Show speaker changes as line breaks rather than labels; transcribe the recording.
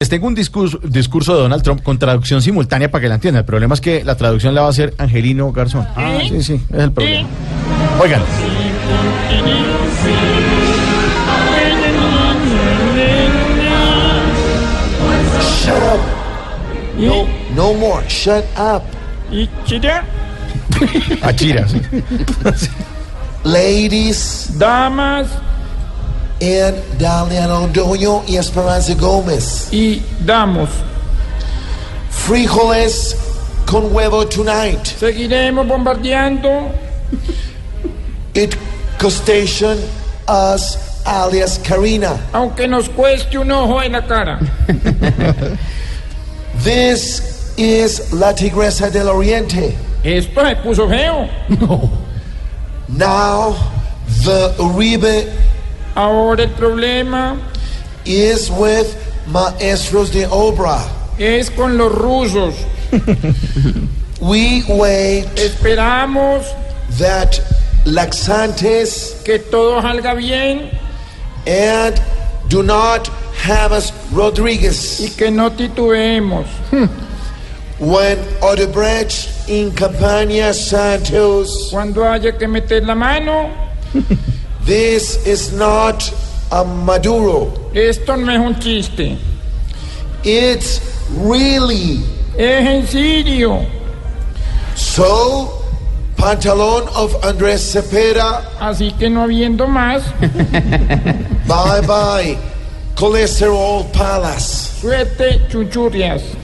Les tengo un discurso, discurso de Donald Trump con traducción simultánea para que la entiendan. El problema es que la traducción la va a hacer Angelino Garzón. Ah, sí, sí, es el problema. Oigan.
No, no more. Shut up.
Ichida,
Achira, sí.
Ladies
damas
and Dalian Ordóñez y Esperanza Gómez.
y damos.
Frijoles con huevo tonight.
Seguiremos bombardeando
It costation us alias Karina.
aunque nos cueste un ojo en la cara.
This is La Tigresa del Oriente.
Esto se puso feo.
Now the Uribe
Ahora el problema
is with Maestros de Obra.
es con los rusos.
We wait
Esperamos
that Laxantes
que todo salga bien
and do not have us
y
Rodriguez.
que no titubeemos.
When Odebrecht in Campania Santos,
Cuando haya que meter la mano,
this is not a Maduro.
esto no es un chiste.
It's really
Es en serio.
so. Pantalon of Andres Cepeda.
Así que no habiendo más,
Bye bye. Cholesterol Palace.
suerte chuchurrias.